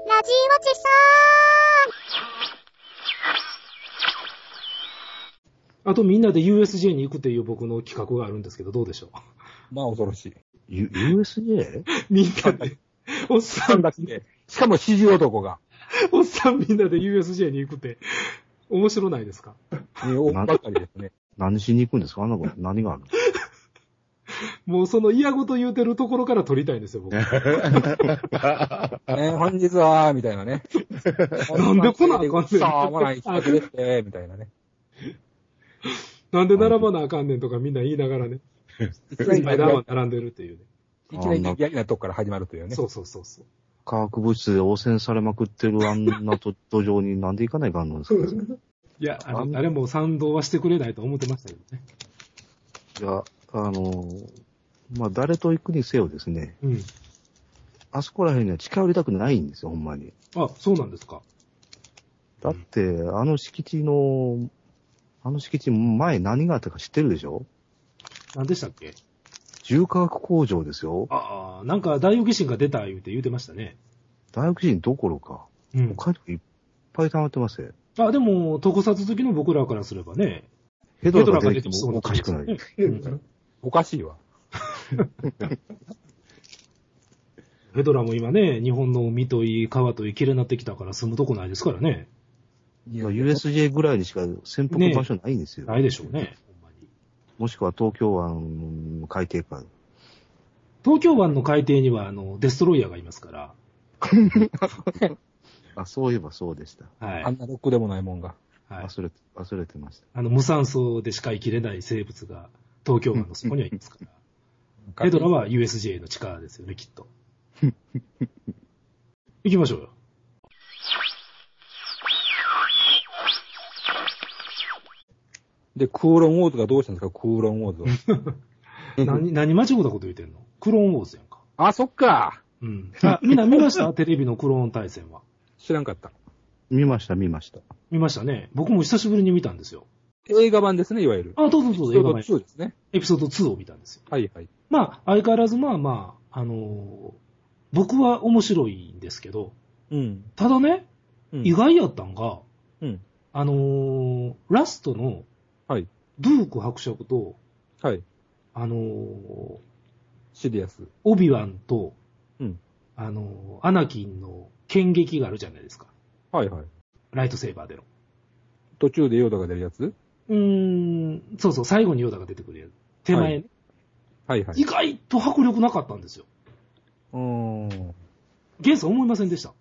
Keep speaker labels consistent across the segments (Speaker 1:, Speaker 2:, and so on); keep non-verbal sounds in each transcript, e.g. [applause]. Speaker 1: ちそ
Speaker 2: あとみんなで USJ に行くという僕の企画があるんですけど、どうでしょ
Speaker 3: まあ恐ろしい。
Speaker 4: U- USJ?
Speaker 2: う [laughs] みんなで、おっさん、
Speaker 3: しかも指示男が。
Speaker 2: おっさんみんなで USJ に行くって、面白ないですか
Speaker 3: ね、大ばっかりですね。
Speaker 4: 何しに行くんですかあの子、何がある
Speaker 2: もうその嫌ごと言うてるところから撮りたいんですよ、 [laughs] 僕。
Speaker 3: ね、本日は、みたいな [laughs] ね。
Speaker 2: なんで来なあかんねん
Speaker 3: しょうもない企画ですね、みたいなね。
Speaker 2: なんで並ばなあかんねんとかみんな言いながらね、
Speaker 3: いき
Speaker 2: いっ
Speaker 3: な
Speaker 2: ぱ
Speaker 3: り
Speaker 2: い並並んでるっていうね。
Speaker 3: いきなり嫌なとこから始まるというね。
Speaker 2: そうそうそうそう。
Speaker 4: 化学物質で汚染されまくってるあんなと土壌になんで行かないかんのですか
Speaker 2: いや、あ
Speaker 4: あ
Speaker 2: の、
Speaker 4: ん
Speaker 2: 誰も賛同はしてくれないと思ってましたけどね。
Speaker 4: いや、あの、まあ、誰と行くにせよですね、
Speaker 2: うん。
Speaker 4: あそこら辺には近寄りたくないんですよ、ほんまに。
Speaker 2: あ、そうなんですか。
Speaker 4: だって、あの敷地の、あの敷地前何があったか知ってるでしょ
Speaker 2: 何でしたっけ
Speaker 4: 重化学工場ですよ。
Speaker 2: ああ、なんか大予期神が出た言うて言うてましたね。
Speaker 4: 大学人どころか、
Speaker 2: うん。
Speaker 4: 他にもいっぱい溜まってますよ。
Speaker 2: あ、でも、特撮好きの僕らからすればね。
Speaker 4: ヘド
Speaker 2: ヘド
Speaker 4: ラ
Speaker 2: ラ
Speaker 4: が
Speaker 2: が
Speaker 4: 出
Speaker 2: 出
Speaker 4: て
Speaker 2: て
Speaker 4: き
Speaker 2: き
Speaker 4: て
Speaker 2: そう
Speaker 4: もお
Speaker 2: な
Speaker 4: か
Speaker 2: 感
Speaker 4: し
Speaker 2: じ
Speaker 4: くない。
Speaker 2: うん
Speaker 3: おかしいわ。
Speaker 2: ヘドラも今ね、日本の海といい、川といい、綺麗になってきたから住むとこないですからね。
Speaker 3: い
Speaker 4: まあ USJ ぐらいにしか潜伏場所ないんですよ。
Speaker 2: ないでしょうね。ほんまに
Speaker 4: もしくは東京湾の海底か。
Speaker 2: 東京湾の海底には、あの、デストロイヤーがいますから。
Speaker 4: あ、そういえばそうでした。
Speaker 2: はい。
Speaker 3: あんなロックでもないもんが。
Speaker 2: はい、
Speaker 4: 忘れて、忘れてました。
Speaker 2: あの、無酸素でしか生きれない生物が東京湾の底にはいますから。ヘドラは USJ の力ですよね、きっと。行きましょうよ。
Speaker 3: で、クーロンウォーズがどうしたんですか、クーロンウォーズを。
Speaker 2: 何、何間違ったこと言うてんのクローンウォーズやんか。
Speaker 3: あ、そっか。
Speaker 2: うん。あ、みんな見ましたテレビのクローン対戦は。
Speaker 3: 知らんかった。
Speaker 4: 見ました、見ました。
Speaker 2: 見ましたね。僕も久しぶりに見たんですよ。
Speaker 3: 映画版ですね、いわゆる。
Speaker 2: あ、そうそうそう、映画版
Speaker 3: そうですね。
Speaker 2: エピソード2を見たんですよ。
Speaker 3: はいはい。
Speaker 2: まあ、相変わらずまあまあ、あのー僕は面白いんですけど、
Speaker 3: うん。
Speaker 2: ただね、
Speaker 3: うん
Speaker 2: 意外やったんが、
Speaker 3: うん。
Speaker 2: あのーラストの、
Speaker 3: はい。
Speaker 2: ブーク伯爵と、
Speaker 3: はい。
Speaker 2: あのー
Speaker 3: シリアス。
Speaker 2: オビワンと、
Speaker 3: うん
Speaker 2: あのーアナキンの剣撃があるじゃないですか。
Speaker 3: はいはい。
Speaker 2: ライトセーバーでの。
Speaker 3: 途中でヨーダが出るやつ
Speaker 2: うーん、そうそう、最後にヨーダが出てくるやつ。手前ね、
Speaker 3: ははいはい。
Speaker 2: 意外と迫力なかったんですよ。
Speaker 3: うーん。
Speaker 2: ゲンさん思いませんでした。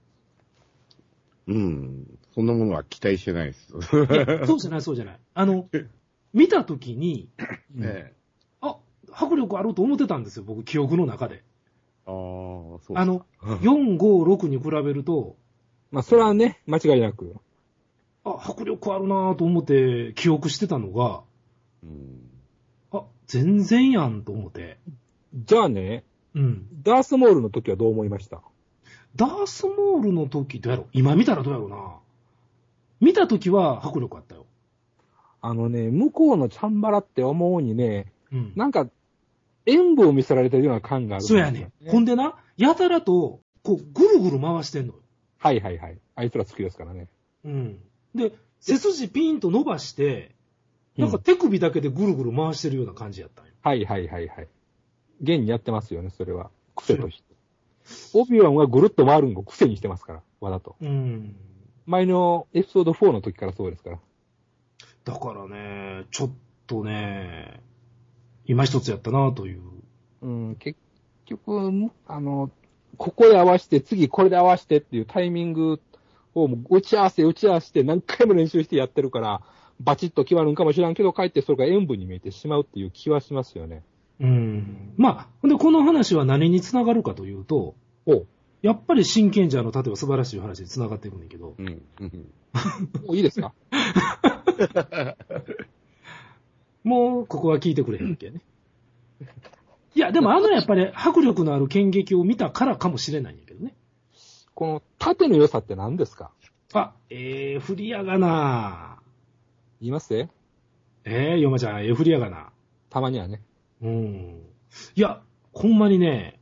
Speaker 5: うん。そんなものは期待してないです。
Speaker 2: いや、そうじゃない、そうじゃない。あの、見たときに、
Speaker 5: ねえ。
Speaker 2: あ、迫力あると思ってたんですよ、僕、記憶の中で。
Speaker 5: ああ、そう
Speaker 2: あの、4、5、6に比べると、
Speaker 3: まあ、それはね、間違いなく。
Speaker 2: あ、迫力あるなぁと思って記憶してたのが、
Speaker 5: うん。
Speaker 2: あ、全然やんと思って。
Speaker 3: じゃあね、
Speaker 2: うん。
Speaker 3: ダースモールの時はどう思いました
Speaker 2: ダースモールの時どうやろ今見たらどうやろうな見た時は迫力あったよ。
Speaker 3: あのね、向こうのチャンバラって思うにね、
Speaker 2: うん。
Speaker 3: なんか、演舞を見せられてるような感がある。
Speaker 2: そうやね。ほんでな、やたらと、こう、ぐるぐる回してんのよ。
Speaker 3: はいはいはい。あいつら好きですからね。
Speaker 2: うん。で、背筋ピンと伸ばして、なんか
Speaker 3: う
Speaker 2: 手首だけでぐるぐる回してるような感じやったんよ。
Speaker 3: はいはいはいはい。現にやってますよね、それは。癖として。オビワンはぐるっと回るのを癖にしてますから、わざと。
Speaker 2: うん。
Speaker 3: 前のエピソード4の時からそうですから。
Speaker 2: だからね、ちょっとね、今一つやったなという。
Speaker 3: うん、結局、むあの、ここで合わせて、次これで合わせてっていうタイミングをもう打ち合わせ、打ち合わせて何回も練習してやってるから、バチッと決まるんかもしらんけど、帰ってそれが塩分に見えてしまうっていう気はしますよね。
Speaker 2: うん。まあ、ほんで、この話は何につながるかというと、
Speaker 3: お
Speaker 2: やっぱり真剣者の例えば素晴らしい話につながっていくんだけど、
Speaker 5: うん。うん。
Speaker 3: おい
Speaker 2: [laughs]
Speaker 3: いですか
Speaker 2: もうここは聞いてくれへんわけやね。いや、でもあのやっぱり迫力のある剣撃を見たからかもしれないんやけどね。
Speaker 3: この縦の良さって何ですか
Speaker 2: あ、えー、振りやがな
Speaker 3: 言いますね
Speaker 2: えー、ヨマちゃん、えー、振りやがな
Speaker 3: たまにはね。
Speaker 2: うん。いや、ほんまにね、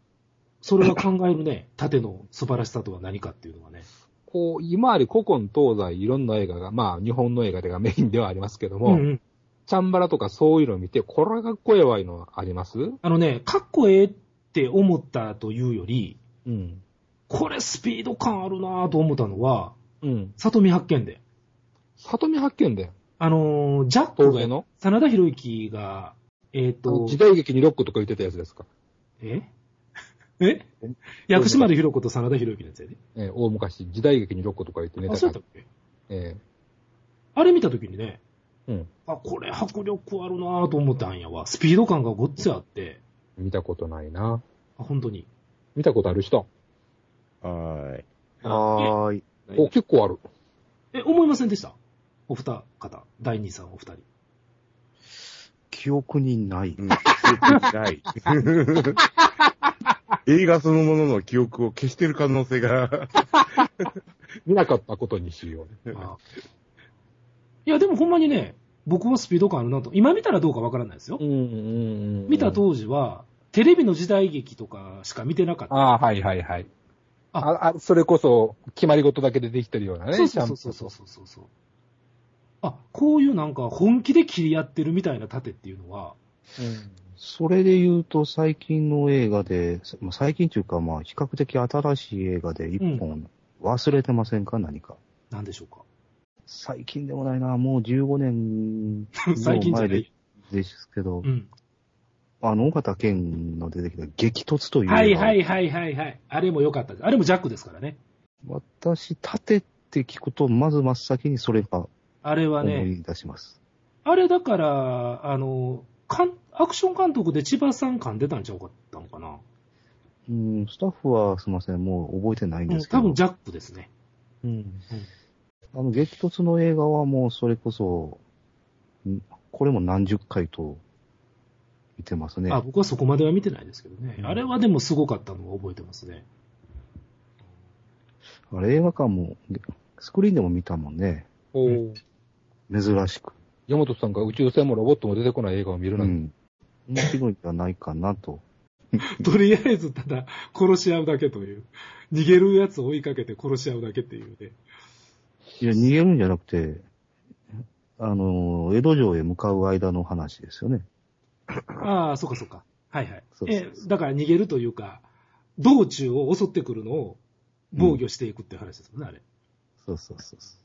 Speaker 2: それは考えるね、盾の素晴らしさとは何かっていうのはね。
Speaker 3: ここう、今あり古今東西いろんな映画が、まあ日本の映画でがメインではありますけど
Speaker 2: う
Speaker 3: も、
Speaker 2: んうん。
Speaker 3: チャンバラとかそういうのを見て、これがかっこええわいうのあります
Speaker 2: あのね、かっこええって思ったというより、
Speaker 3: うん。
Speaker 2: これスピード感あるなぁと思ったのは、
Speaker 3: うん。
Speaker 2: 里見発見で。
Speaker 3: 里見発見だよ。
Speaker 2: あのージャック
Speaker 3: 東映
Speaker 2: が、
Speaker 3: の。
Speaker 2: 真田広之が、えっ、
Speaker 3: あの
Speaker 2: と
Speaker 3: 時、代劇にロックとか言ってたやつですか。
Speaker 2: ええ薬師丸ひろ子と真田広之のやつやで。
Speaker 3: えー大昔、時代劇にロックとか言ってネ
Speaker 2: あ、
Speaker 3: タが
Speaker 2: そうだっけ
Speaker 3: え
Speaker 2: あれ見たときにね、
Speaker 3: うん
Speaker 2: あ、これ迫力あるなぁと思ったんやわ。スピード感がごっついあって、
Speaker 3: ー見たことないな。
Speaker 2: あ本当に。
Speaker 3: 見たことある人
Speaker 5: は
Speaker 4: はーい。
Speaker 5: ーい。
Speaker 3: お、結構ある。
Speaker 2: え、思いませんでしたお二方、第二さんお二人。
Speaker 4: 記憶にない。
Speaker 5: うん [laughs] ない。映画そのものの記憶を消してる可能性が。
Speaker 3: 見なかったことにしよう。
Speaker 2: あいや、でもほんまにね、僕はスピード感あるなと。今見たらどうかわからないですよ。
Speaker 3: んうん
Speaker 2: 見た。当時は、テレビの時代劇とかしか見てなかった。
Speaker 3: ああ、はいはいはい。
Speaker 2: あ
Speaker 3: あ、あそれこそ、決まり事だけでできてるようなね。
Speaker 2: そうそうそうそうそうそうそう。あ、こういうなんか本気で切り合ってるみたいな盾っていうのは、
Speaker 3: ちゃんとうん
Speaker 4: それで言うと、最近の映画で、まあ最近というか、まあ、比較的新しい映画で一本、忘れてませんか、何か。
Speaker 2: なんでしょうか。
Speaker 4: 最近でもないな、もう15年
Speaker 2: 最近じゃな
Speaker 4: 前で
Speaker 2: い。
Speaker 4: ですけど
Speaker 2: う、ん。
Speaker 4: あの、尾形健の出てきた激突という映画
Speaker 2: はいはいはいはいはい。あれも良かったです。あれもジャックですからね。
Speaker 4: 私、立てって聞くと、まず真っ先にそれが
Speaker 2: あれは
Speaker 4: 思
Speaker 2: ね、
Speaker 4: い出します。
Speaker 2: あれだから、あの、かんアクション監督で千葉さん感出たんちゃうかったのかな。
Speaker 4: うん、スタッフはすみません、もう覚えてないんですけど。
Speaker 2: 多分ジャックですね。
Speaker 4: うんあの、激突の映画はもうそれこそ、んこれも何十回と見てますね。
Speaker 2: あ僕はそこまでは見てないですけどね
Speaker 4: う。ん
Speaker 2: あれはでもすごかったのを覚えてますね。
Speaker 4: あれ映画館も、でスクリーンでも見たもんね。
Speaker 3: おー
Speaker 4: 珍しく。
Speaker 3: 山本さんが宇宙船もロボットも出てこない映画を見る
Speaker 4: う
Speaker 3: なんて、
Speaker 4: ん。面白いんじゃないかなと。
Speaker 2: とりあえずただ殺し合うだけという。逃げるやつを追いかけて殺し合うだけっていうね。
Speaker 4: いや、逃げるんじゃなくて、あの、江戸城へ向かう間の話ですよね。
Speaker 2: ああ、そうかそうか。はいはい。
Speaker 4: そうそう
Speaker 2: え、だから逃げるというか、道中を襲ってくるのを防御していくっていう話ですもんね、あれ。
Speaker 4: そうそうそうそ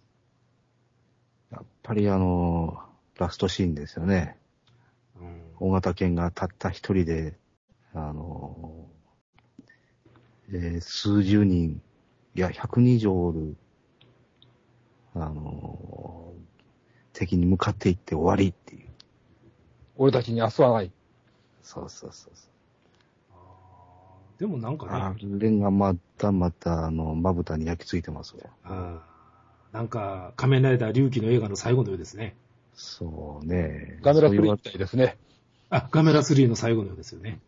Speaker 4: う。やっぱりあの、ラストシーンですよね。
Speaker 2: うん
Speaker 4: 大型犬がたった一人で、あの、えー数十人、いや、百人以上おる、あの、敵に向かっていって終わりっていう。
Speaker 3: 俺たちに明日はない。
Speaker 4: そうそうそうそ
Speaker 2: でもなんか
Speaker 4: う。
Speaker 2: ね、
Speaker 4: あれがまたまた、あの、まぶたに焼き付いてますわ。
Speaker 2: あーなんか、仮面ライダー龍騎の映画の最後のようですね。
Speaker 4: そうね。
Speaker 3: ガメラスリ
Speaker 4: そう言
Speaker 3: ー
Speaker 4: わ
Speaker 3: みたいですね。
Speaker 2: あ、ガメラ3の最後のようですよね。